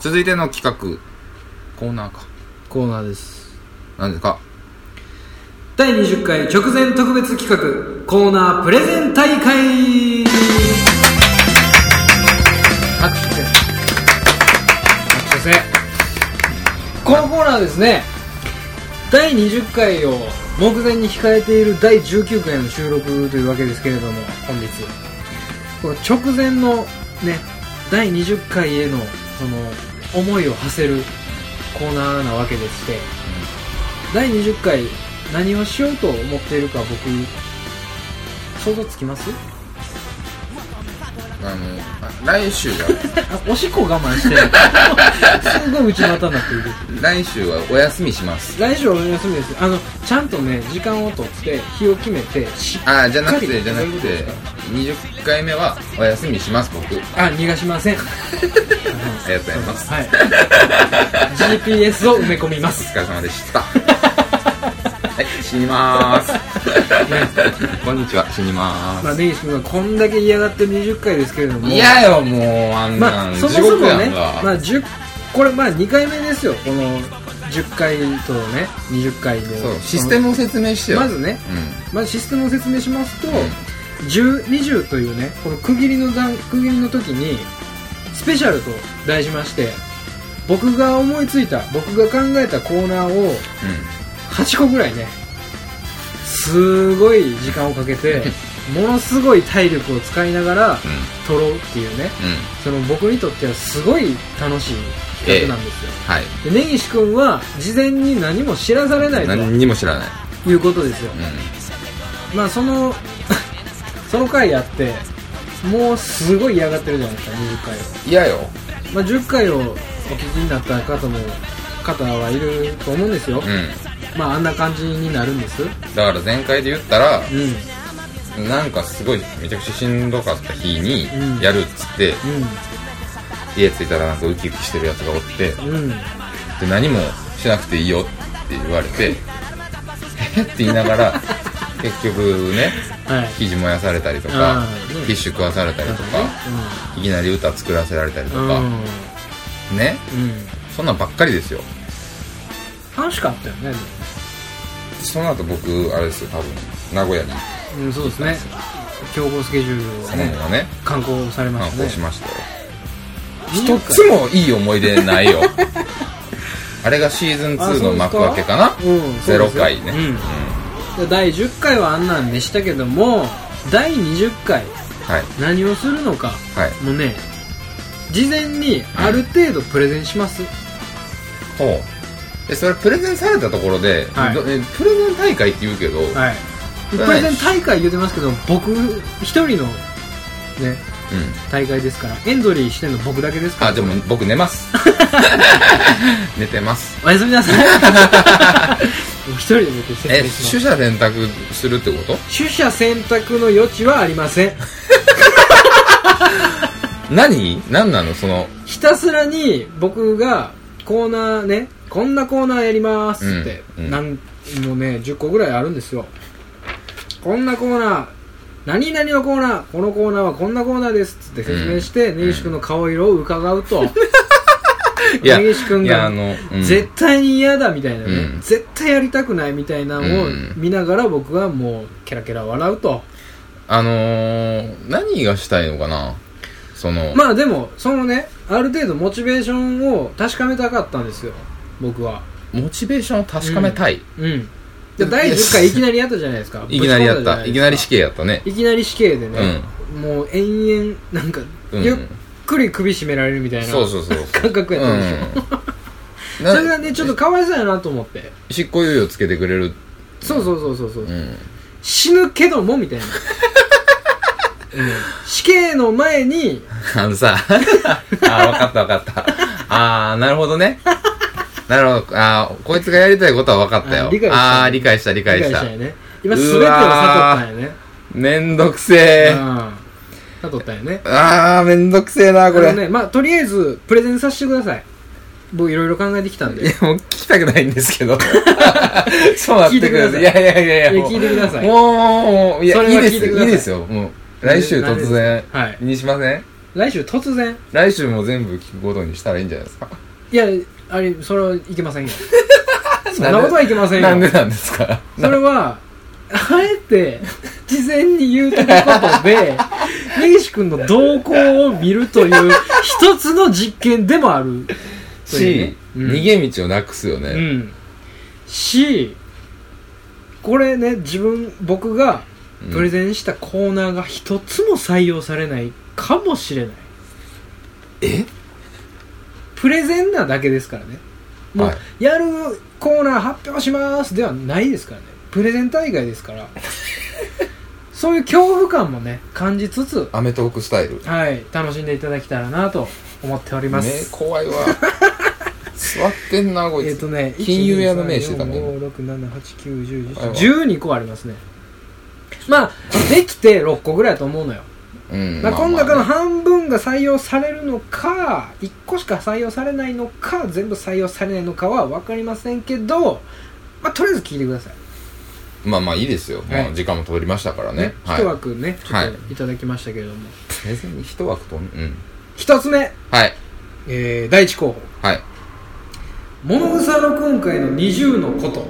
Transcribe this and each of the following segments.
続いての企画、コーナーか。コーナーです何ですか第20回直前特別企画コーナープレゼン大会拍手拍手このコーナーはですね第20回を目前に控えている第19回の収録というわけですけれども本日この直前のね第20回へのその思いを馳せるコーナーなわけでして第20回何をしようと思っているか僕想像つきますあの、あ来週が、あおしっこ我 慢してすごい内股になっている来週はお休みします。来週はお休みですあのちゃんとね時間を取って日を決めてしあー、じゃなくて、しじっゃかなりくて、20回目はお休みします、僕。あ逃がしませんあありがとうございます。 はい GPS を埋め込みますお疲れ様でした。はい、死にまーす。こんにちは、死にままあーす。根岸君がこんだけ嫌がって20回ですけれども嫌よ、もう、あんまなあん。そも地そも獄やねんか。まあ10これまあ2回目ですよこの10回とね20回のそう、システムを説明してよ。まずねうまずシステムを説明しますと、1020というねこの区切りの段区切りの時にスペシャルと題しまして僕が思いついた僕が考えたコーナーをん。うん。 8個ぐらいねすごい時間をか けてものすごい体力を使いながらう撮ろうっていうねん。うん。その僕にとってはすごい楽しい企画なんですよ、はい。で根岸君は事前に何も知らされない何とにも知らない。いうことですようまあその その回やってもうすごい嫌がってるじゃないですか20回を、ん。嫌よ。まあ、10回をお聞きになった方も方はいると思うんですよ、うん。まああんな感じになるんですうんだから前回で言ったら、なんかすごいめちゃくちゃしんどかった日にうんやるっつって、う家着いたらなんかウキウキしてるやつがおって、んうんで何もしなくていいよって言われてえって言いながら結局ねはい生地燃やされたりとかあーねティッシュ食わされたりとかいきなり歌作らせられたりとうんうかんねうんそんなんばっかりですよ楽しかったよねでもその後僕あれですよ多分名古屋にうん、そうですね強豪スケジュールをそのねままね観光されま観したね光しましたよ一一つもいい思い出ない よあれがシーズン2の幕開けかなあそうですかうん0回ねそうですようん第10回はあんなんでしたけども第20回はい何をするのかはいもうね事前にある程度プレゼンします、ほうでそれプレゼンされたところで、はいどえプレゼン大会って言うけど、はいプレゼン大会言うてますけど僕一人のねうん大会ですからエントリーしてんの僕だけですからあ、でも僕寝 ます。寝てます。おやすみなさい もう一人で僕説え、明し取ます捨選択するってこと取捨選択の余地はありません何何なのその、ひたすらに僕がコーナーねこんなコーナーやりますって、うんうんなんもうね10個ぐらいあるんですよこんなコーナー何々のコーナーこのコーナーはこんなコーナーですっつって説明して、うん根岸君の顔色を伺うと いや、根岸君いや、あがの、うん絶対に嫌だみたいなね、うん絶対やりたくないみたいなのをうん見ながら僕はもうケラケラ笑うと、あのー、何がしたいのかなその、まあでもそのねある程度モチベーションを確かめたかったんですよ僕はモチベーションを確かめたい。うん。で第10回いきなりやったじゃないですか。いきなりやっぶた。ち込いんきだなり死刑やったね。じゃないですかいきなり死刑でね、もう延々、なんか、うんゆっくり首絞められるみたいなそうそう そう。感覚やったでしょ。うん。それがなね、ちょっとかわいそうやなと思って。執行猶予つけてくれる。そうそうそうそうそう、うん。 死ぬけども、みたいな。うん死刑の前に、あの さ、あ、わかったわかった。あー、なるほどね。なるほど。あー、こいつがやりたいことはわかったよあ。理解したあー、理解した、理解し理たん。やね。今、すべてを悟ったんやね。めんどくせうー。ん悟ったんやね。あー、めんどくせーな、こあれ。のね、まあ、とりあえず、プレゼンさせてください。僕、いろいろ考えてきたんいで。 や、もう聞きたくないんですけど。 そうなってくださ聞いてください。いいやいやいやいいや。やもう聞いてくださいもう、もういや、そいれいはで聞すいてくだよ。さいいいですよ。もう、来週突然はいにしません来週突然来週も全部聞くことにしたらいいんじゃないですか。いやあれそれはいけませ んよそんなことはいけませんよなんでなんですかそれはあえて事前に言うということ で根岸君の動向を見るという一つの実験でもあるというねし、うん逃げ道をなくすよね、うんしこれね自分僕がうんプレゼンしたコーナーが一つも採用されないかもしれないえプレゼンなだけですからねもう、はいやるコーナー発表しますではないですからねプレゼン大会ですから そういう恐怖感もね感じつつアメトークスタイルはい楽しんでいただけたらなと思っておりまねす、怖 いわ座ってんなこいえっ、つ、とね金融屋の名刺だね12345678910 12個ありますねまあできて6個ぐらいだと思うのようんまあ、まあこの中のまあね半分が採用されるのか1個しか採用されないのか全部採用されないのかは分かりませんけど、まあ、とりあえず聞いてください、まあまあいいですよ、はいもう時間も通りましたからねね一枠ねちょはいっといただきましたけれども、プレゼン一枠とんうん一つ目、はいえー、第一候補はい物草の今回の20のこと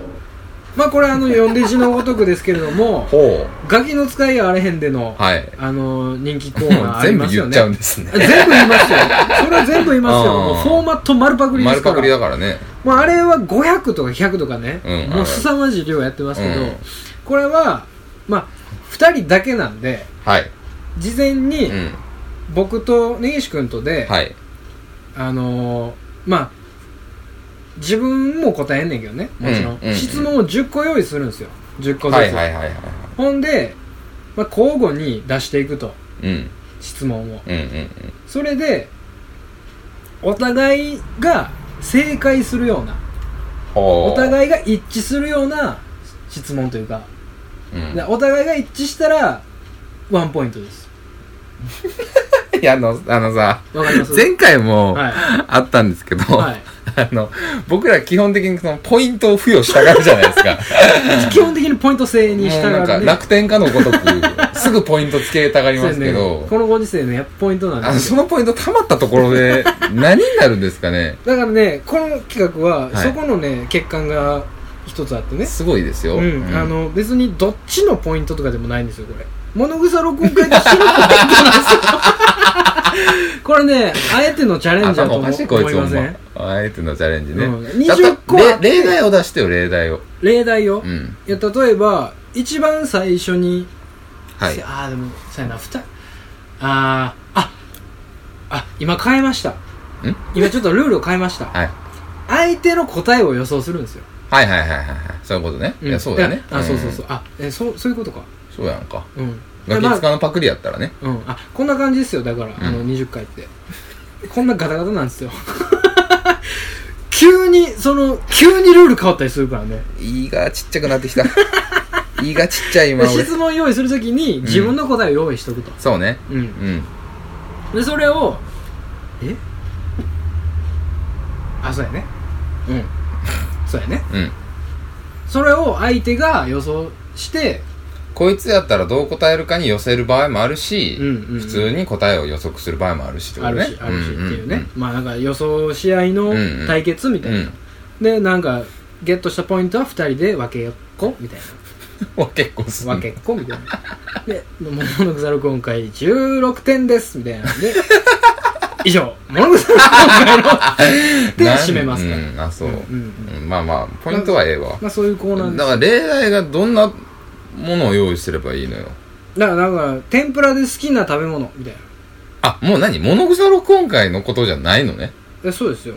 まあこれあの読んで字のごとくですけれど もほガキの使いやあれへんでの、うはいあのー人気コーナーもうあり全ま部す言よっねちゃうんですね 全部言いますよそれは全部言 いますようんもうフォーマット丸パクリです丸パからクリだからねまあ、あれは500とか100とかね、うんもう凄まじい量やってますけど、うんこれは、まあ、2人だけなんではい事前にうん僕と根岸君とで、はいあのーまあ自分も答えんねんけどねもちろん、うんうんうん質問を10個用意するんですよ10個ずつ、はいはいはいはいほんで、まあ、交互に出していくとうん質問をうんうんそれでお互いが正解するようなおお互いが一致するような質問というかでお互いが一致したらワンポイントですいやあのあのさわかります前回もはいあったんですけど、は あの僕ら基本的にそのポイントを付与したがるじゃないです かい、基本的にポイント制にもしうたなんがかるね楽天家のごとくすぐポイントつけたがりそうまですすけど、ねこのご時世ねやっぱポイントなあんのですそよのポイント溜まったところ で何になるんですかねだからねこの企画は、はいそこのね欠陥が一つあってねすごいですよ、うん、うんあの別にどっちのポイントとかでもないんですよこれ物草録音会としてのポイントなんですよ これねあえてのチャレンジャ頭ーとお思かしいこい思ついほまんせまんあえてのチャレンジね、うんだったら20個あってれ例題を出してよ例題を例題よ、うんいや例えば一番最初に、はいああでもそうやな二人あーああ今変えました今ちょっとルールを変えました、はい相手の答えを予想するんですよ、はいはいはいはいはいそういうことね、うんいやそうだねあ、そうそうそううあえそうそういうことかんそうやんかうんガキまあ使のパクリやったらねうん、あこんな感じですよだから、んあの20回ってこんなガタガタなんですよ 急にその急にルール変わったりするからね胃がちっちゃくなって きた胃がちっちゃい今で俺質問用意するときに自分の答えを用意しとくと、そうねうんうんでそれをえあそうやねうんそうやねうんそれを相手が予想してこいつやったらどう答えるかに寄せる場合もあるし、うんうんうん普通に答えを予測する場合もあるしってこあとねるしあるしっていうね、んんんまあなんか予想し合いのうんうん対決みたいな、うんでなんかゲットしたポイントは2人で分けっこみたいわ結構すんなの分けっこみたいなで「モノグザル今回16点です」みたいなので以上「モノグザル今回の」でなん締めますから、うん、あそう、うんうんまあまあポイントはええわまあそういうコーナーですだから例題がどんなものを用意すればいいのよだからなんか天ぷらで好きな食べ物みたいなあもう何物草録音会のことじゃないのねえそうですよ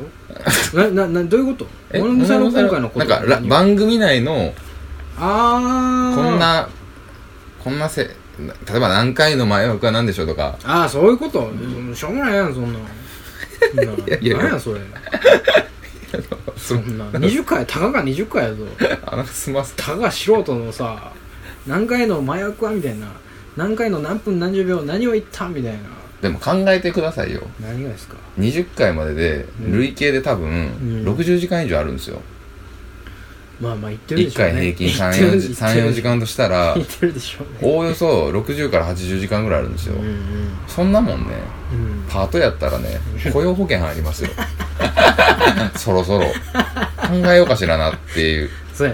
なななどういうこと物草の今回のことなんかラ番組内のああこんなこんなせな例えば何回の前置きは何でしょうとかああそういうこと、しょうもないやんそ んなんそんなんいやいや何やそれ そそんな20回たかが20回やぞあなんかすますたかが素人のさ何回の麻薬はみたいな何回の何分何十秒何を言ったみたいなでも考えてくださいよ何がですか20回まででうん累計で多う分ん60時間以上あるんですよ、まあまあ言ってるで1しょうね回平均言ってる34時間としたら言ってるでしょうねおおよそ60から80時間ぐらいあるんですよ、うんうんそんなもんねうん パートやったらね雇用保険入りますよそろそろ。考えようかしらなっていう。そうや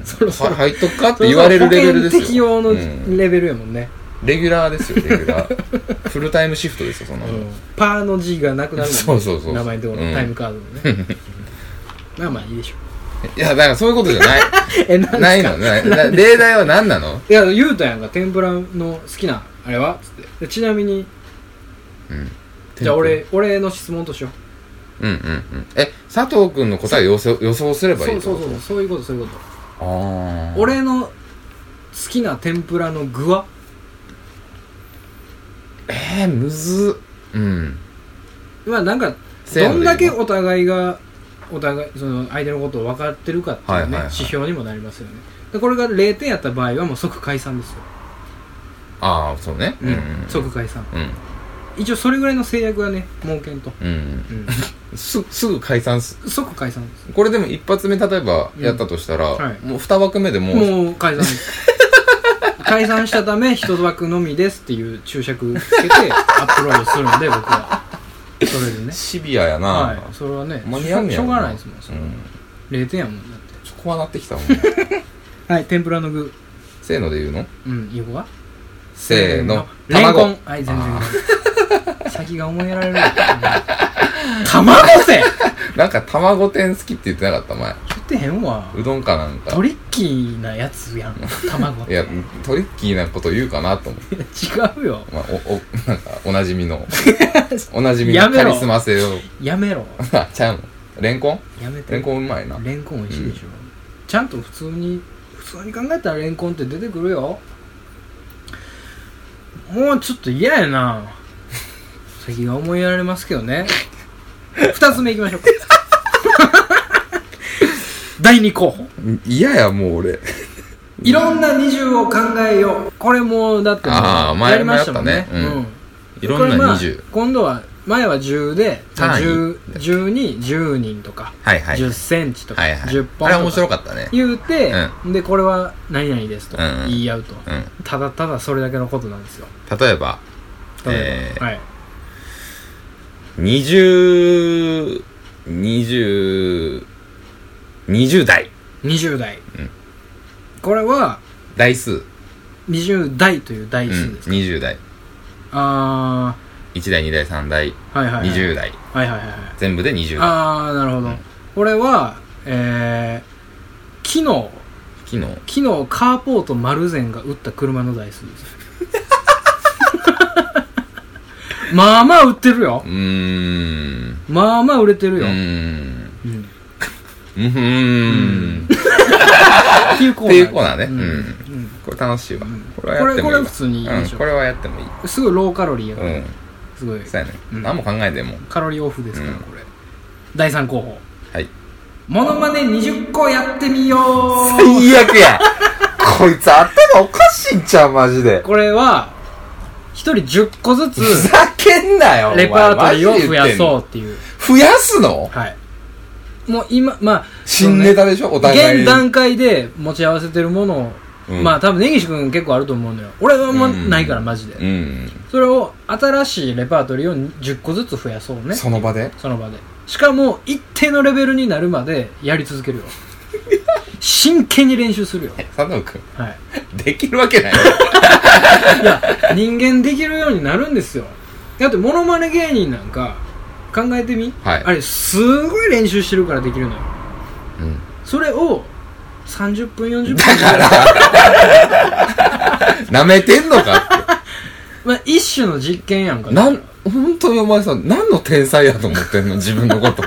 うん。 そろそろは入っとくかって言われるレベルですよ。保険適用のうんレベルやもんね、レギュラーですよ、レギュラ ー。フルタイムシフトですよ、そんなうの。んパーの字がなくなるもんねそうそうそう名前のところのうんタイムカードのね、まあまあいいでしょういや、だからそういうことじゃ ない。えなんですかないのなな例題は何なのいや言うたやんか天ぷらの好きなあれはつってでちなみにうん。じゃあ。俺俺の質問としようんうんうん。え、佐藤君の答えを予想予想すれうばいそいうってそこうとそうそういうことそういうことああ。俺の好きな天ぷらの具はえー、むずっうん。まあなんかせーどので言うんだけお互いがお互いその相手のことを分かってるかっていうね、はいはいはい指標にもなりますよねでこれが0点やった場合はもう即解散ですよ、ああ、そうね。うん即解散うん。一応それぐらいの制約はね設けんと、うん。うん、す、すぐ解散す。即解散ですこれでも一発目例えばやったとしたら、うんはいもう二枠目でもう、もう解散です 解散したため一枠のみですっていう注釈つ けてアップロードするので僕はそれでねシビアやな、はいそれはね間に合うんしやょろうがないですもん、それうはん。 0点やもんだっちょ、怖なってき たもん。てはい天ぷらの具せーので言うのうんいい子はせーの。レンコ卵。ンはい全然先が思いやられる卵せなんか卵天好きって言ってなかった前。言ってへんわうどんかなんトか。リッキーなやつやん卵っいてや、トリッキーなこと言うかなと思って。違うよまあ、お、お、 なんか、おなじみ の、おなじみのやめカろリスマ性を、 やめろあちゃうの。レンコンやめてレンコンうまいな。レンコン美味しいでしょ、ちゃんと普通に普通に考えたらレンコンって出てくるよもうちょっと嫌や な先が思いやられますけどね二つ目いきま しょうか第二候補いやや、もう俺。いろんな20を考えようこれもだってもうあー前やりましたもんねもやったねうんうんいろんこれまなあ20。今度は前は10で単位10 12、10人とか、はいはい。 10センチとか、はいはい。 10本とかあれ面白かったね。言うて、でこれは何々ですとうんうん言い合うと、うん。ただただそれだけのことなんですよ例えば、例ええば、はい、ー、20、20、20代。 20代、うんこれは台数。 20代というう代ん。数ですか、 20代。あ1代、2代、3代、あはいはい、はい、 20代。はいはいはいはい全部で20代。ああなるほど、うんこれはえー、機能昨日。昨日カーポートマルゼンが打った車の台数です まあまあ売ってるようーん。まあまあ売れてるうよ、ーん。うんうーん。っていうコーナっーていうコーナーねううんうんこれ楽しいわうん。これはやってもいいわ。これこれ普通にいいでしょうんこれはやってもいい。すごいローカロリーやから、うん。すごいそうやねう。ん何も考えてんもん。カロリーオフですから、うんこれ第3候補はい。モノマネ20個やってみよう最悪やこいつ頭おかしいんちゃうマジでこれは1人10個 ずつふざけんなよお前レパートリーをマジで増言ってやんそのうっていう増やすのはいもう今まあ新ネタでしょおそのね互い現段階で持ち合わせてるものを、うんまあ多分根岸君結構あると思うのよ俺はあんまうんないからマジで、うんそれを新しいレパートリーを10個ずつ増やそうねその場でその場でしかも一定のレベルになるまでやり続ける よ真剣に練習するよ佐藤君はいできるわけないいや人間できるようになるんですよだってモノマネ芸人なんか考えてみ、はいあれすごい練習してるからできるのようんそれを30分40分なめてんのかまあ、一種の実験やんかってなん本当にお前さ何の天才やと思ってんの自分のこと い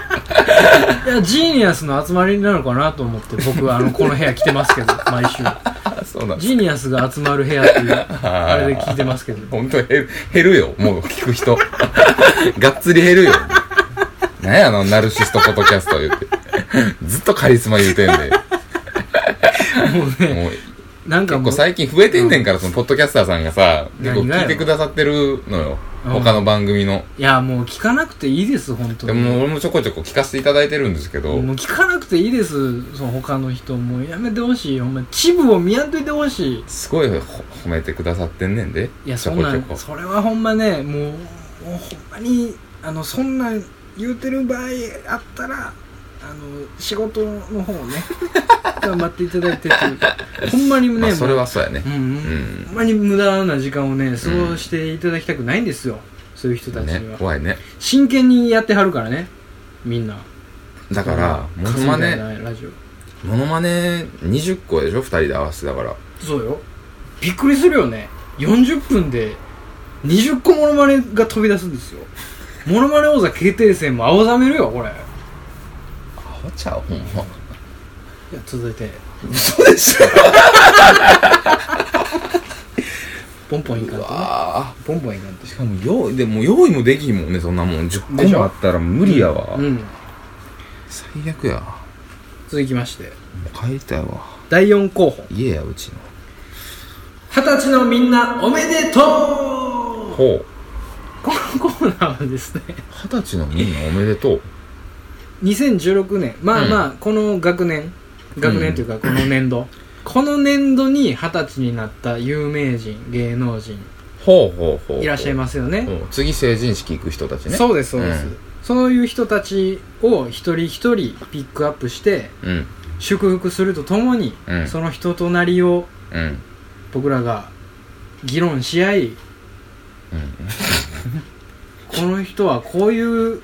やジーニアスの集まりなのかなと思って僕はあのこの部屋来てますけど毎週そうなんジーニアスが集まる部屋 っていうあれで聞いてますけど本当に減る減るよもう聞く人 がっつり減るよなんやあのナルシストポッドキャスト言ってずっとカリスマ言うてんでもうねもうなんか結も構う最近増えてんねんから、そのポッドキャスターさんがさ、結構何がやろ聞いてくださってるのよ。うん他の番組の。いやもう聞かなくていいです本当でにも俺もちょこちょこ聞かせていただいてるんですけど、もう聞かなくていいですその他の人もうやめてほしいほんまチブを見やんといてほしいすごいほ褒めてくださってんねんで。いやちそょんこちなょんこ。それはほんまねもうもうほんまにあのそんなん言うてる場合あったらあの仕事の方を ね頑張っていただいてっていうほんまにね、まあ、それはそうやねもう、うんうんうんほんまに無駄な時間をね過ごしていただきたくないんですよ、そういう人たちねには、怖いね真剣にやってはるからねみんなだからカモスノみマたいネなラジオモノマネ20個でしょ2人で合わせてだからそうよびっくりするよね40分で20個モノマネが飛び出すんですよモノマネ王座決定戦も青ざめるよこれいやあちゃうほんま続いて嘘でし ポンポンいかんょとねわポンポンいかんとしかも用意でも用意もできひんもんねそんなもん10で個しょもあったら無理やわ、うん最悪やも続きましてう帰りたいわ第4候補家やうちの二十歳のみんなおめでとうほうこのコーナーはですね二十歳のみんなおめでとう2016年まあまあ、この学年学年というかこの年度、この年度に二十歳になった有名人芸能人ほうほうほういらっしゃいますよね、うん次成人式行く人たちねそうですそうです、うんそういう人たちを一人一人ピックアップしてうん祝福するとともに、うんその人となりをうんうん僕らが議論し合い この人はこういう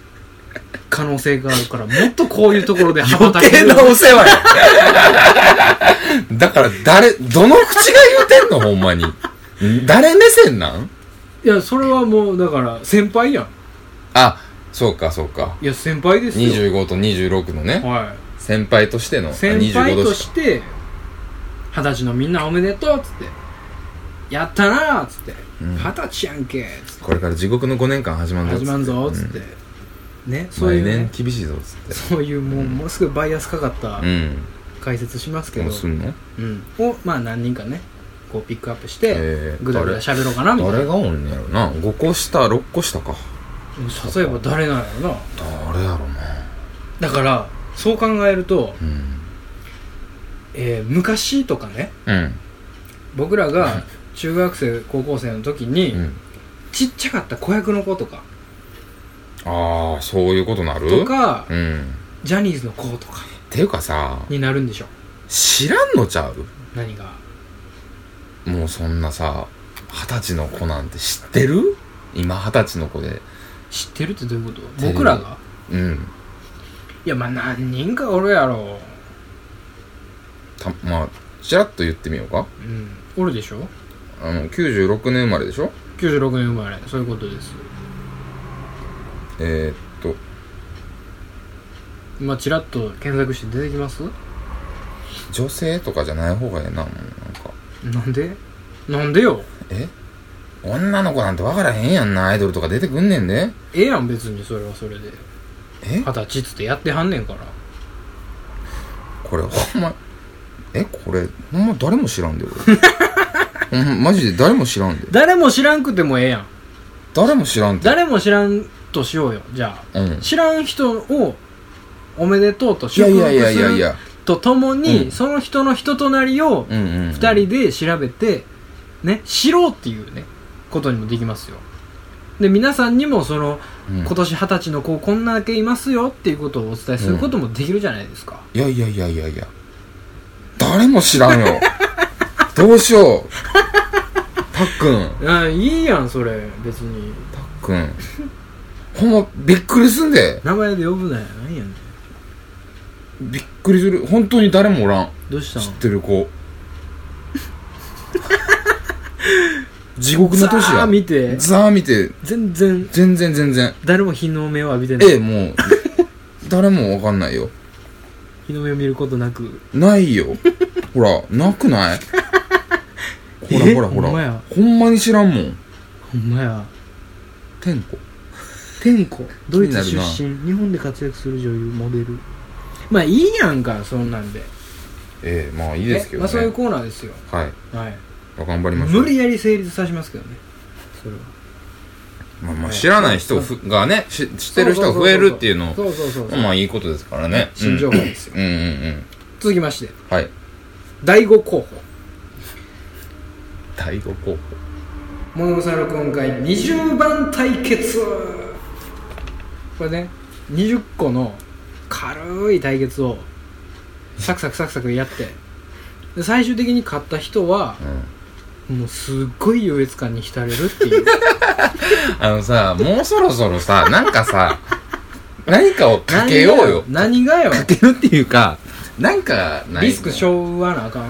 可能性があるからもっとこういうところで羽ばた余け計るなお世話や だから誰どの口が言うてんのほんまに誰目線なんいやそれはもうだから先輩やんあそうかそうかいや先輩ですよ25と26のねは先輩としてのあい先輩25ととしして二十歳のみんなおめでとうっつってやったなーっつってうん二十歳やんけーっつってこれから地獄の5年間始まんぞ始まんぞーっつつっっててねうんそういう来ね年厳しいぞっつってそういうもうものすごいバイアスかかったうん解説しますけどもうすんのうんをまあ何人かねこうピックアップしてえーぐだぐだ喋ろうかなみたいな誰がおんねやろな5個下6個下かうん例えば誰なんやろな誰やろなだからそう考えると、うんえー昔とかねうん僕らが中学生高校生の時に、うんちっちゃかった子役の子とかああそういうことなるとかうんジャニーズの子とかていうかさになるんでしょ知らんのちゃう何がもうそんなさ二十歳の子なんて知ってる今二十歳の子で知ってるってどういうことレビ僕らがうんいやまあ何人かおるやろたまあちらっと言ってみようかうんおるでしょあの96年生まれでしょ96年生まれそういうことですえー、っと今ちらっと検索して出てきます女性とかじゃない方がええなもうなんかなんでなんでよえ女の子なんて分からへんやんなアイドルとか出てくんねんでええやん別にそれはそれでえ二十歳っつってやってはんねんからこれほんまえこれほんま誰も知らんで 俺ほんまマジで誰も知らんで誰も知らんくてもええやん誰も知らんで誰も知らんとしようよじゃあうん知らん人をおめでとうとい祝やい福やいやいすやいるやとともに、うんその人の人となりをうんうん、うん、二人で調べて、ね知ろうっていうねことにもできますよで皆さんにもその、うん今年二十歳の子こんなだけいますよっていうことをお伝えすることもできるじゃないですか、いやいやいやいやいや誰も知らん よどうしようたっくんあいいやんそれ別にたっくんほんまびっくりすんで名前で呼ぶなやないやねんびっくりする本当に誰もおらんどうした知っんてる子地獄の年さやあ見てザー見て全然全然全然誰も日の目を浴びてないええもう誰もわかんないよ日の目を見ることなくないよほらなくないほらえほらほらほんまやほんまに知らんもんほんまや天子天子ドイツ気に出なるな身日本で活躍する女優モデルまあいいやんかそんなんでええまあいいですけどまね、あ、そういうコーナーですよはいはいまあ頑張りましょう無理やり成立させますけどねそれはまあ、まあ知らない人ふがねし知ってる人が増えるっていうのそうそうそうそうまあいいことですからね新情報ですようんうんうんうん続きましてはい第5候補第5候補「モノサ録音会20番対決」これね20個の軽い対決をサクサクサクサクやってで最終的に勝った人はうんもうすっごい優越感に浸れるっ ていうあのさ、もうそろそろ さ、なんかさ、何かをかけようよ。何がよかけるっていうか、なんかない、リスクしょうはなあかん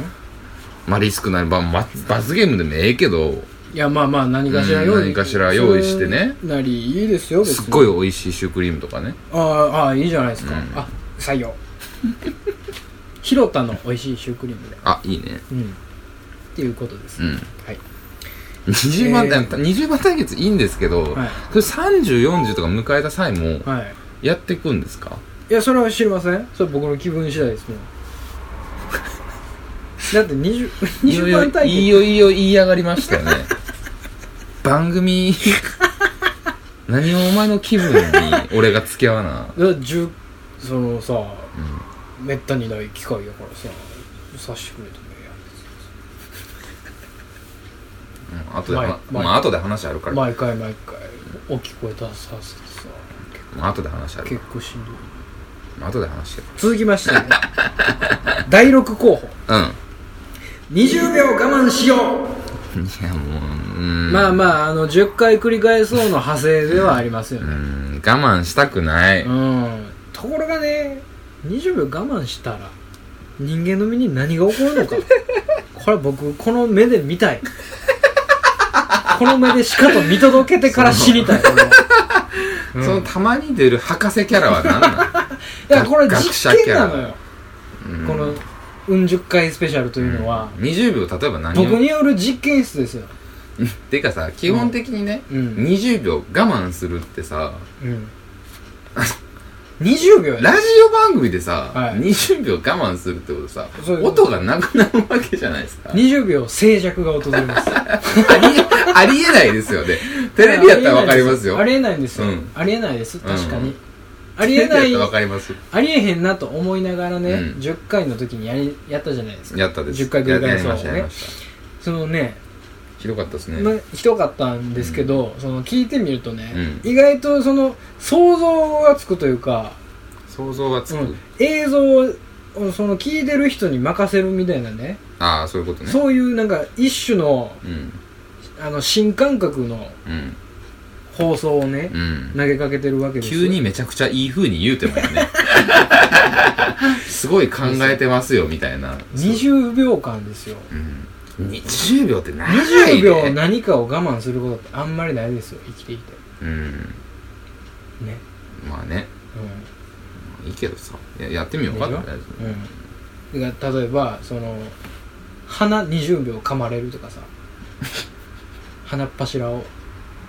まあリスクない。まあま罰ゲームでもええけど、いやまあまあ何かしら用意、うん何かしら用意してねそれなりいいですよ別にすっごい美味しいシュークリームとかね。ああああいいじゃないですか、うんあ採用 広田の美味しいシュークリームであ、いいね。うんっていうことです、うん。はい20番対、えー20番対決いいんですけど、はいそれ30、40とか迎えた際も、はいやっていくんですかいやそれは知りませんそれ僕の気分次 第ですもんだって 20, 20番対決いよいよいよ言い上がりましたよね。 番組、何をお前の気分に俺が付き合わな。だから10そのさ、めったにない機会やからささしてくれてもええやんうん後ではな、まあまあ後で話あるから。毎回毎回大きい声出させてさまあ後で話あるか結ら。構しんどいまあ後で話してる。続きまして 第6候補う20秒我慢しよう、ん。いやもう、うん。まああ。まああの10回繰り返そうの派生ではありますようねん、我慢したくない。うんところがね20秒我慢したら人間の身に何が起こる のかこれは僕この目で見たいこの目でしかと見届けてから死にたい俺はそのたまに出る博士キャラは何ないやこれ学実者キ験ャラなのよの、うんこ の「うん十回スペシャル」というのは、 20秒例えば何を 僕による実験室ですよ、てかさ基本的にね、うん20秒我慢するってさうん、20秒やラジオ番組でさ、はい20秒我慢するってことさそういうこと音がなくなるわけじゃないです か20秒静寂が訪れますありありえないですよね テレビやったらわかりますよありえないんですよ、うんありえないです確かに、うんありえテなレビいやったらわかりますありえへんなと思いながらね、うん10回の時にやりやったじゃないですかやったです10回繰り返そうややりましたやりましそのねたひどかったですね、まひどかったんですけど、その聞いてみるとね、う意外とその想像がつくというか、想像がつく、うん映像をその聞いてる人に任せるみたいなねああそういうことねそういうなんか一種のうんあの新感覚のうん放送をねう、ん投げかけてるわけですよ急にめちゃくちゃいい風に言うてもねすごい考えてますよみたいな20秒間ですようん20秒って長い20で秒何かを我慢することってあんまりないですよ生きていてうんねまあねいいけどさややってみようかでしょとりあえずうん、うん、だから例えばその鼻20秒噛まれるとかさ鼻っ柱を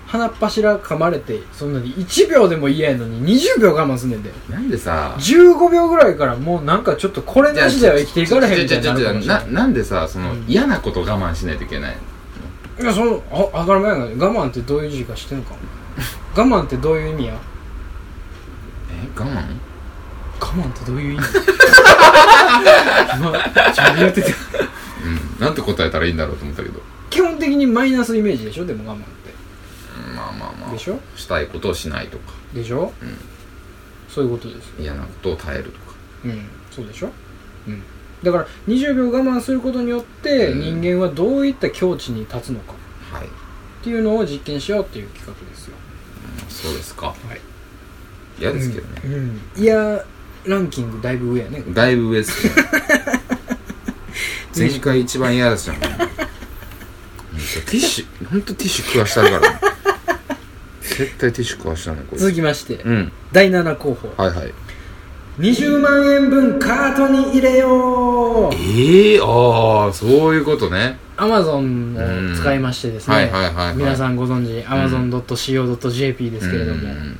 鼻っ柱噛まれてそんなに1秒でも嫌やのに20秒我慢すんねんでなんでさ15秒ぐらいからもうなんかちょっとこれなしでは生きていかれへんみたいになるかもしれなないなんでさその、うん嫌なこと我慢しないといけないいやそのああからめやが我慢ってどういう字か知ってんのかお前我慢ってどういう意味やえ我慢我慢ってどういう意味今ちゃんとやっててうんなんて答えたらいいんだろうと思ったけど基本的にマイナスイメージでしょでも我慢ってうんまあまあまあでしょしたいことをしないとかでしょ、うんそういうことですよ嫌なことを耐えるとかうんそうでしょ、うん、だから20秒我慢することによってうん人間はどういった境地に立つのかはいっていうのを実験しようっていう企画ですよそうですかはい嫌ですけどね、うん、いやランキングだいぶ 上やねだいぶ上っすね前回一番嫌でした もんほんとティッシュほんとティッシュ食わしたるからね絶対ティッシュ食わしたねこれ続きまして、うん第7候補はいはい20万円分カートに入れようええああそういうことねアマゾンを使いましてですね、はいはいはいはい皆さんご存知 amazon.co.jp ですけれども、うん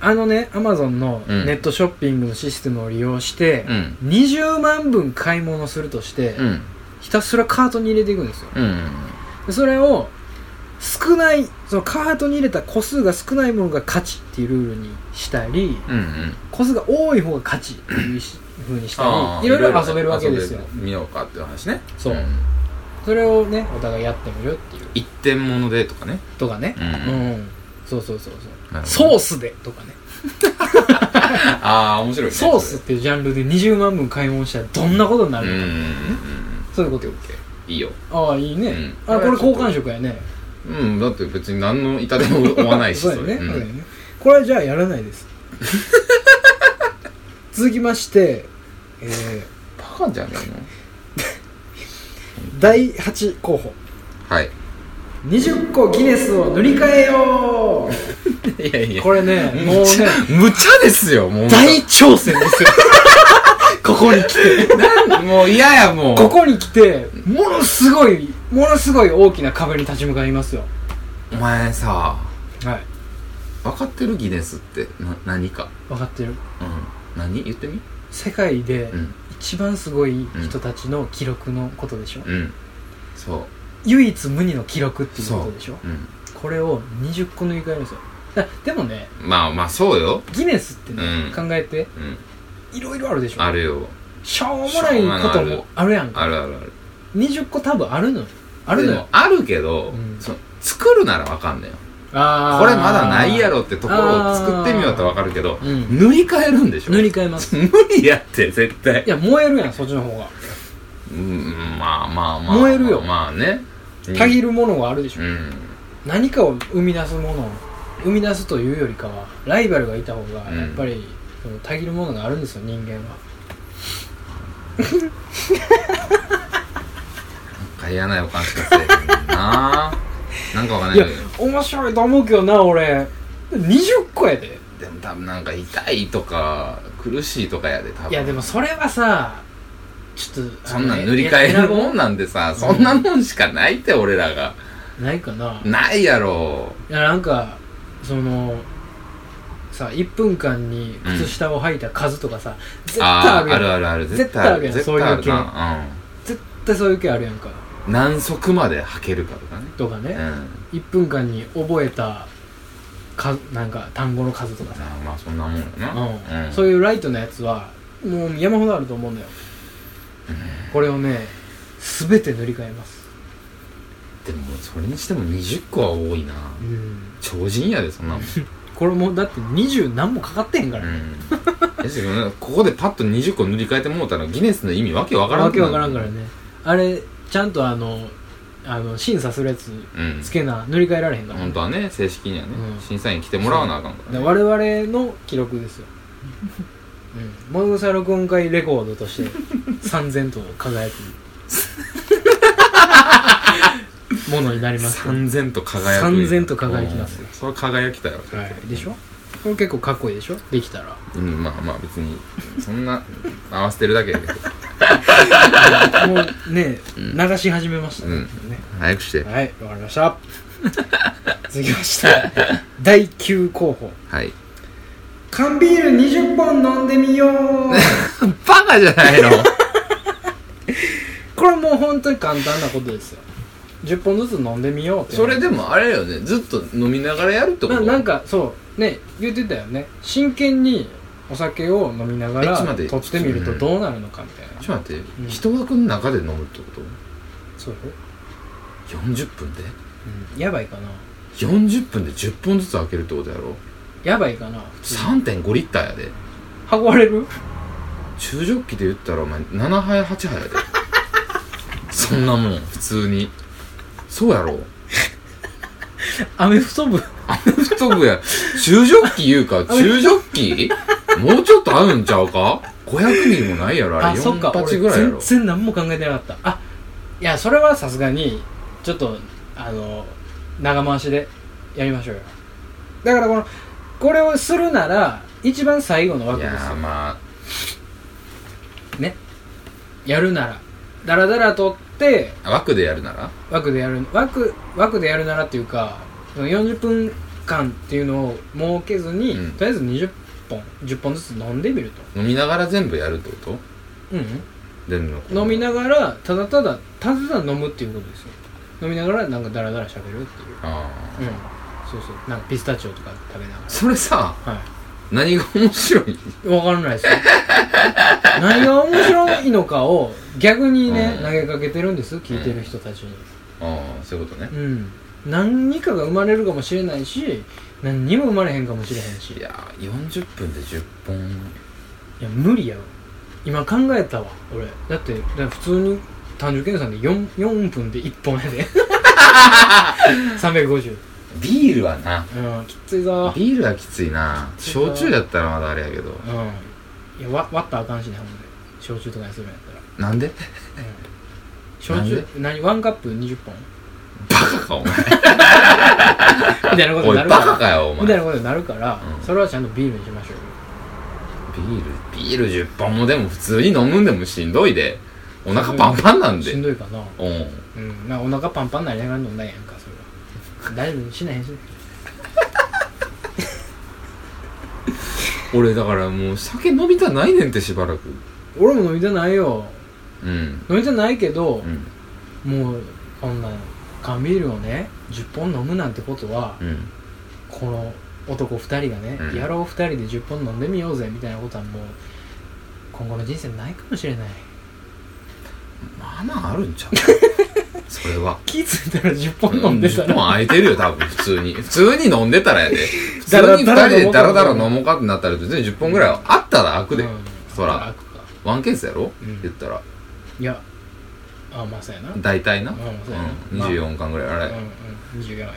あのねアマゾンのネットショッピングのシステムを利用して、うん20万分買い物するとして、うんひたすらカートに入れていくんですようんでそれを少ないそのカートに入れた個数が少ないものが勝ちっていうルールにしたりうんうん個数が多い方が勝ちっていうふうにしたあーりいろいろ遊べるわけですよ遊べる見ようかっていう話ねそうんそれをねお互いやってみるっていう一点物でとかねとかねううんん、そうそうそうそう、なるほどソースでとかねああ面白いねソースっていうジャンルで20万分買い物したらどんなことになうんうんるのか、そういうオこッケとーオッケーいいよああいいね、うんあこれ好感触やねうんだって別に何の痛手も負わない しそうやね,、れそうやんねこれはじゃあやらないです 続きまして、えーバカじゃねえの第8候補はい20個ギネスを塗り替えよういやいやこれねもう ね無茶無茶ですよもう大挑戦で すよここに来てなんもう嫌やもうここに来てものすごいものすごい大きな壁に立ち向かいますよお前さはい分かってるギネスってな何か分かってるうん何言ってみ世界でうん一番すごい人たちの記録のことでしょ、うんそう唯一無二の記録っていうことでしょうんこれを20個塗り替えますよだでもねまあまあそうよギネスってね、うん考えてうんいろいろあるでしょあるよしょうもないこともあるやんあかるあるある20個多分あるのよあるのでよもあるけど、うんその作るならわかんのよあーこれまだないやろってところを作ってみようってわかるけど、うん塗り替えるんでしょ塗り替えま す無理やって絶対いや燃えるやんそっちの方がうんまあまあまあ燃えるよまあねたぎるものがあるでしょ、うん何かを生み出すものを生み出すというよりかはライバルがいた方がうんやっぱり、そのたぎるものがあるんですよ人間はなんか嫌な予感しかせえへんななんかわかんないいけやど面白いと思うけどな俺20個やででも多分なんか痛いとか苦しいとかやで多分いやでもそれはさちょっとそんなん塗り替えなるもんなんでさ、そんなもんしかないって俺らがないかな、いないやろやなんかそのさ1分間に靴下を履いた数とかさ、絶対ああるーやあんるあるある絶対ある絶対あるやん絶対な絶対そういう系あるやんかうん何足まで履けるかとかねとかね、うん1分間に覚えたかなんか単語の数とかさ、まあまあそんなもんやうんなそういういうライトなやつはもう山ほどあると思うんだよ、これをね全て塗り替えますでもそれにしても20個は多いなうん超人やでそんなもんこれもうだって20何もかかってへんからうね、 んですけどねここでパッと20個塗り替えてもうたらギネスの意味わけわからんわくけなるわからんからねあれちゃんとあのあの審査するやつうんつけな塗り替えられへんから、本当はね正式にはねうん審査員来てもらわなあかんからだから我々の記 録ですようんモグサ録音会レコードとして3000と 輝くものになりますよ三千と輝く三千と輝きますようんそれは輝きたよ、はいでしょこれ結構かっこいいでしょできたらうんまあまあ別にそんな合わせてるだけやけ どもうね、流し始めましたね,、早くしてはいわかりました続きまして第9候補はい缶ビール20本飲んでみようバカじゃないのこれもう本当に簡単なことですよ10本ずつ飲んでみようっ てそれでもあれよねずっと飲みながらやるってことななんかそうね言ってたよね真剣にお酒を飲みながえらちょっと待取ってってみるとどうなるのかみたいなちょっと待って、うん一枠の中で飲むってことそうよ、 40分でうん、やばいかな40分で10本ずつ開けるってことやろやばいかな3.5リッターやで運ばれる 中ジョッキで言ったらお前7杯8杯や でそんなもん普通にそうやろアメフト部フット部や。中ジョッキ言う か、中ジョッキもうちょっと合うんちゃうか ?500 ミリもないやろ、ああれ。そっか4俺チぐらいやろ全。然何も考えてなかったあいやそれはさすがにちょっとあの長回しでやりましょうよだからこのこれをするなら一番最後のわいけやですよー、まあ、ねやるならダラダラとって枠でやるなら枠でやる枠枠でやるならっていうか40分間っていうのを設けずに、うんとりあえず20本10本ずつ飲んでみると飲みながら全部やるってことうん全部飲みがながらただただただ飲むっていうことですよ飲みながらなんかダラダラ喋るっていうら。あうーんそうそうなんかピスタチオとか食べながそれさ、らは何が面白いい分からないですよ何が面白いのかを逆にね、うん投げかけてるんです聞いてる人たちにああ、そういうことねう。ん何かが生まれるかもしれないし何にも生まれへんかもしれへんしいやー40分で10本いや無理やろ今考えたわ俺だってだから普通に単純計算で 4, 4分で1本やで350ビールはなうんきついぞビールはきついなきついか焼酎やったらまだあれやけどうんいやわ割ったらあかんしねほんで焼酎とかにするんやったらなんで焼酎何ワンカップ20本 バカかお前みたいなことおにいバなるからカかよお前みたいビなことになるから、うんそれはちゃんとビールにしましょうよールビール10本もでも普通に飲むんでもしんどいでお腹パンパンなんしでんどいかなうんうんなんかお腹パンパンになりながら飲んだんやんかそれは大丈夫しないしない俺だからもう酒飲みたないねんってしばらく 俺も飲みたないようん飲みたないけどう、んもうこんな缶ビールをね10本飲むなんてことは、うんこの男2人がね、うん野郎2人で10本飲んでみようぜみたいなことはもう今後の人生ないかもしれないまあまああるん ちゃうそれは気づいたら10本飲んでたう10本ら、空いてるよ多分普通に普通に飲んでたらやで普通だらにだ2ら人でダラダラ飲もうかってなったら全然10本ぐらいはあったら開くで、うんそら開くかワンケースやろ、うん言ったらいやあまあそうやな大体な、うんそうやなうん、24巻ぐらいあれ、うんうん24や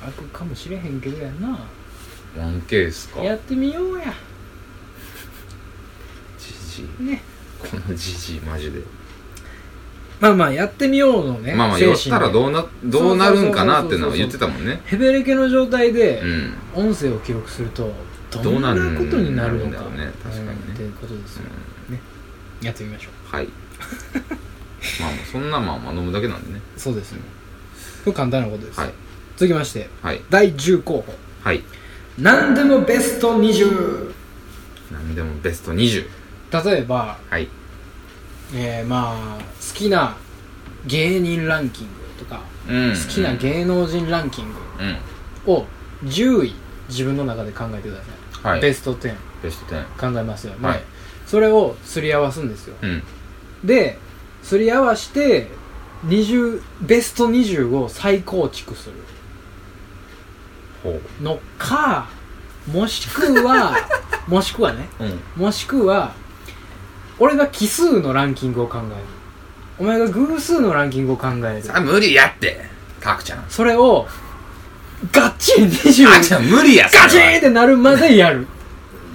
開くかもしれへんけどやなうん、ワンケースかやってみようやじじいねこのじじいマジで、まあまあやってみようのねまあまあ精寄神ったらうどうなどうなるんかなってのはそうそ言うっそてうたもんねヘベレケの状態でうん音声を記録するとどどんうななることになるのなかるんだろうね確かにねうんっていうことですよねやってみましょはい まあまあそんなまあまあ飲むだけなんでねうそうですねこれ簡単なことですはい続きましてはい第10候補はい何でもベスト20何でもベスト20例えばはいえーまあ好きな芸人ランキングとかうん好きな芸能人ランキングうんを10位自分の中で考えてください、はいベベスト10スト10考えますよね、はいそれをすり合わすんですようんですり合わして20ベスト20を再構築するほうのかもしく はもしくはねうんもしくは俺が奇数のランキングを考えるお前が偶数のランキングを考えるあ無理やってたくちゃんそれをガッチン20あちゃん無理やそれはガチンってなるまでやる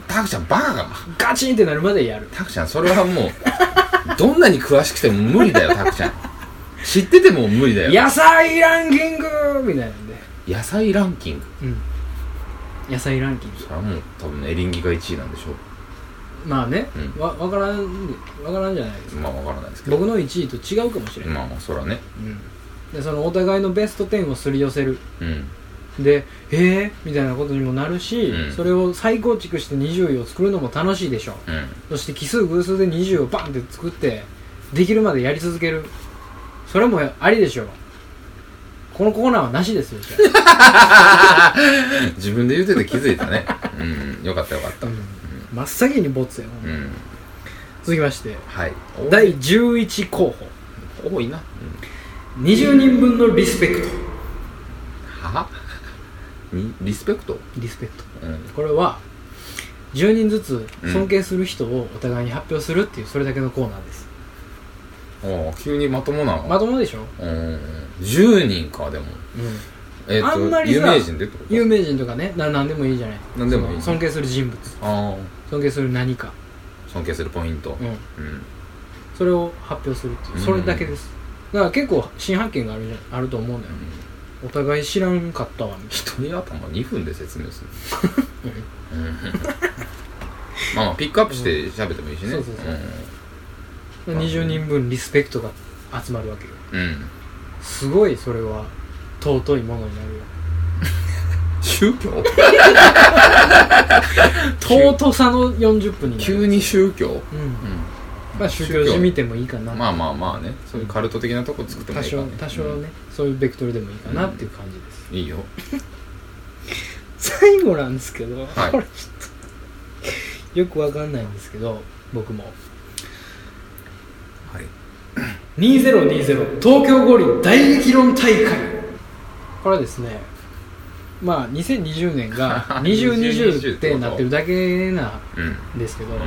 たくちゃんバカかガチンってなるまでやるたくちゃんそれは もうどんなに詳しくても無理だよたくちゃん知ってても無理だよ野菜ランキングみたいなんで、野菜ランキングうん、野菜ランキングそれはもう多分エリンギが1位なんでしょまあね、うんわ分からん分からんじゃないですうかまあわからないですけど僕の1位と違うかもしれない、まあまあそらねうん、でそのお互いのベスト10をすり寄せるうんでえー、みたいなことにもなるし、うんそれを再構築して20位を作るのも楽しいでしょううん そして奇数偶数で20をバンって作ってできるまでやり続けるそれもありでしょうこのコーナーはなしですよじゃ自分で言うてて気づいたねうんよかったよかっあ、たうん真っ先にボツやな、うん続きましてはい第11候補多いな、 20人分のリスペクト はにリスペクトリスペクトうんこれは10人ずつうん尊敬する人をお互いに発表するっていうそれだけのコーナーです、ああ急にまともなまともでしょ、うん10人かでもえっ、とあんまりさ有名人でってこと有名人とかねな何でもいいじゃない何でもいいその尊敬する人物あ尊敬する何か、あ尊敬するポイントうん、うんそれを発表するっていううんそれだけです、だから結構新発見があるじゃんあると思うんだよ、お互い知らんかったわみたい 一人頭2分で説明する うんまあまあピックアップして喋ってもいいしねそうそうそうんな20人分リスペクトが集まるわけようんすごいそれは尊いものになるよ 宗教尊さの40分にな る急に宗教うんうまあ宗教じみてもいいかな、んまあまあまあねそういうカルト的なとこ作っても多いいか少らね多少ね、そういうベクトルでもいいかなっていう感じです、うんいいよ最後なんですけど、はいこれちょっとよくわかんないんですけど僕もはい2020東京五輪大激論大会これはですねまあ2020年が 2020 2020ってなってるだけなうんんですけど、ん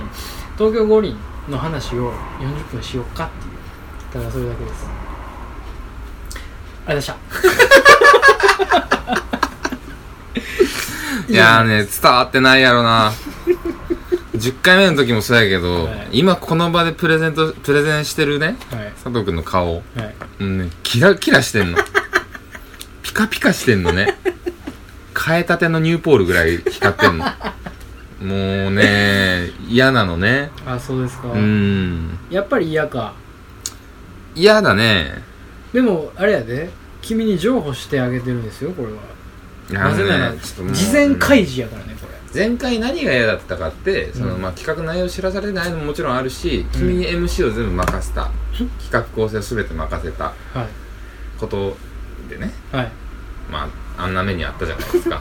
東京五輪の話を40分しようかっていうただそれだけですありがとうございましたいやーね、伝わってないやろな。10回目の時もそうやけど、はい今この場でプレゼント、プレゼンしてるね、はい佐藤くんの顔。はいうんね、キラキラしてんの。 ピカピカしてんのね。変えたてのニューポールぐらい光ってんの。もうね、嫌なのね。あそうですか、うん。やっぱり嫌か嫌だね。でもあれやで君に譲歩してあげてるんですよこれはなぜなあのらねちょっともう事前開示やからねこれ前回何が嫌だったかってその、うんまあ、企画内容知らされてないのももちろんあるし、うん君に MC を全部任せた企画構成を全て任せたはいことでね、はいまあ、あんな目にあったじゃないですか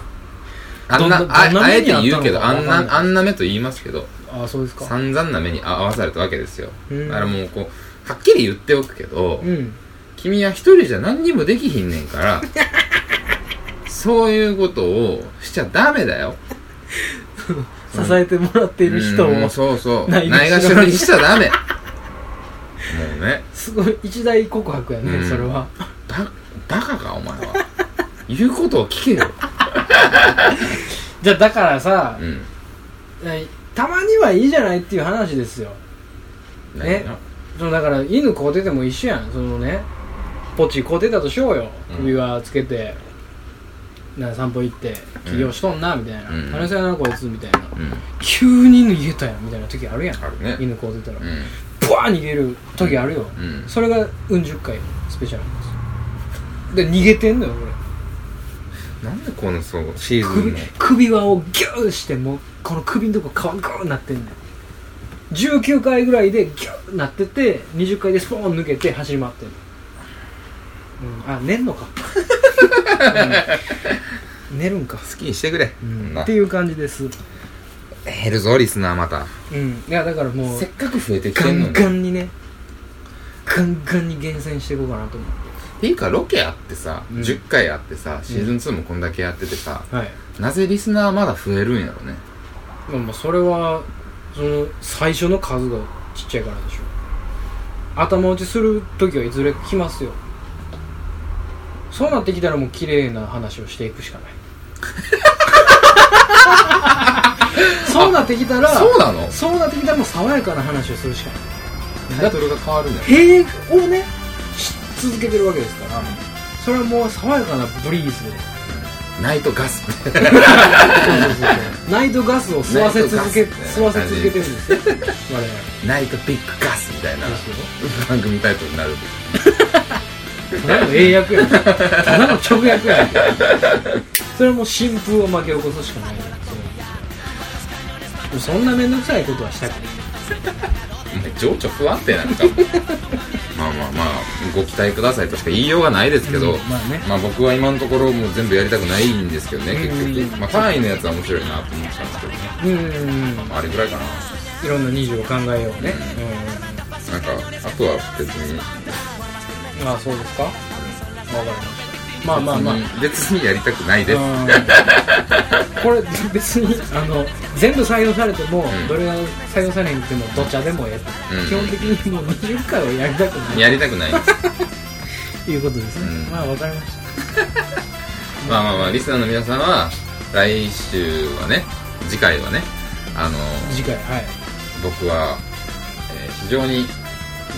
あ どんんななあどんなあえ目にてあったのか言うけどあんわかんないなあんな目と言いますけどあそうですか散々な目にあ合わされたわけですようんだからもうこうはっきり言っておくけど、うん君は一人じゃ何にもできひんねんから そういうことをしちゃダメだよ支えてもらっている人うんもをうそうそうないがないしがろしにろにしちゃダメもうねすごい一大告白やうねんそれはババカかお前は言うことを聞けよ、じゃあだからさうん、えたまにはいいじゃないっていう話ですよ何ねがそのだから犬飼うてても一緒やんそのねポチ飼うてたとしようようん首輪つけて、な散歩行って起業しとんなみたいなうん楽しそうやなこいつみたいなうん急に逃げたやんみたいな時あるやんあるね犬飼うてたらうブワー逃げる時あるよ、んうんそれがうん十回スペシャルなんですで逃げてんのよこれなんでこのそうシーズン首の首輪をギューしてもうこの首のとこ皮グーなってんねん19回ぐらいでギューなってて20回でスポーン抜けて走り回ってんの、うん、あ寝んのか、うん寝るんか、好きにしてくれ、うん、なっていう感じです減るぞリスナーまたうんいやだからもうせっかく増えてきガてんのンにガンにねガンガンに厳選していこうかなと思っっていうかロケあってさ、うん10回あってさシーズン2もこんだけやっててさ、てはいなぜリスナーまだ増えるんやろねまあまあそれはその最初の数がちっちゃいからでしょ頭打ちする時はいずれ来ますよそうなってきたらもう綺麗な話をしていくしか ないそうなってきたらそうなのそうなってきたらもう爽やかな話をするしかないタイトルが変わるんだよ平をねし続けてるわけですからそれはもう爽やかなブリ ーズでナイトガス ナイトガスを吸わせ続けナイトガス吸わせ続けてるんですよ我々ナイトビッグガスみたいな番組タイトルになるただの英訳やんただの直訳やんそれはもう新風を巻き起こすしかないそうそんな面倒くさいことはしたくない情緒不安定なん かまあまあまあご期待くださいとしか言いようがないですけど、うんまあねまあ僕は今のところもう全部やりたくないんですけどねうん結局まあ単位のやつは面白いなと思ってたんですけどねうーんあれぐらいかないろんな20を考えようねなんかあとは別にうんああそうですかわかりましたまあまあまあ別にやりたくないですうんこれ別にあの全部採用されても、んどれが採用されへんくてもどっちゃでもええと、うん基本的にもう20回はやりたくないやりたくないです ということですね、うんまあわかりましたまあまあまあリスナーの皆さんは来週はね次回はねあの次回はい僕は、えー非常に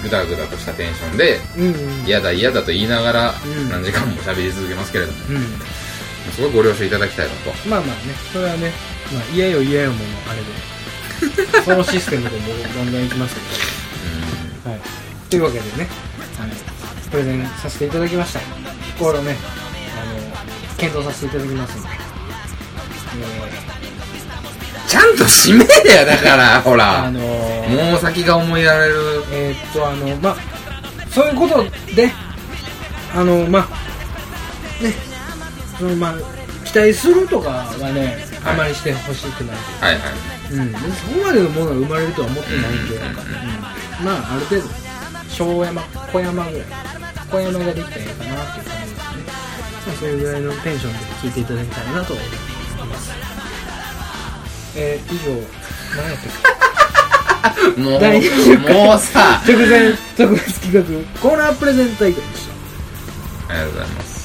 グダグダとしたテンションでうんうん嫌だ嫌だと言いながらうん何時間も喋り続けますけれども、うんすごいご了承いただきたいなとまあまあねそれはね、まあ、嫌よ嫌よものあれでそのシステムでもうガンガンいきますけどはいというわけでね、はい、プレゼンさせていただきましたこれをねあの検討させていただきますので、えちゃんと締めてやだ からほーあらのーもう先が思いやられるえーっとあのまあそういうことであのまあねそのまあ期待するとかはね、はいあまりしてほしくないはいはいうん、そこまでのものが生まれるとは思ってないんうで、んうんうんうんまあある程度小山小山ぐらい小山ができたらいいかなっていう感じですねまあそれぐらいのテンションで聞いていただきたいなと思いますえー、以上何やったっけもう第20回もうさ直前特別企画コーナープレゼン大会でしあたりがとうございます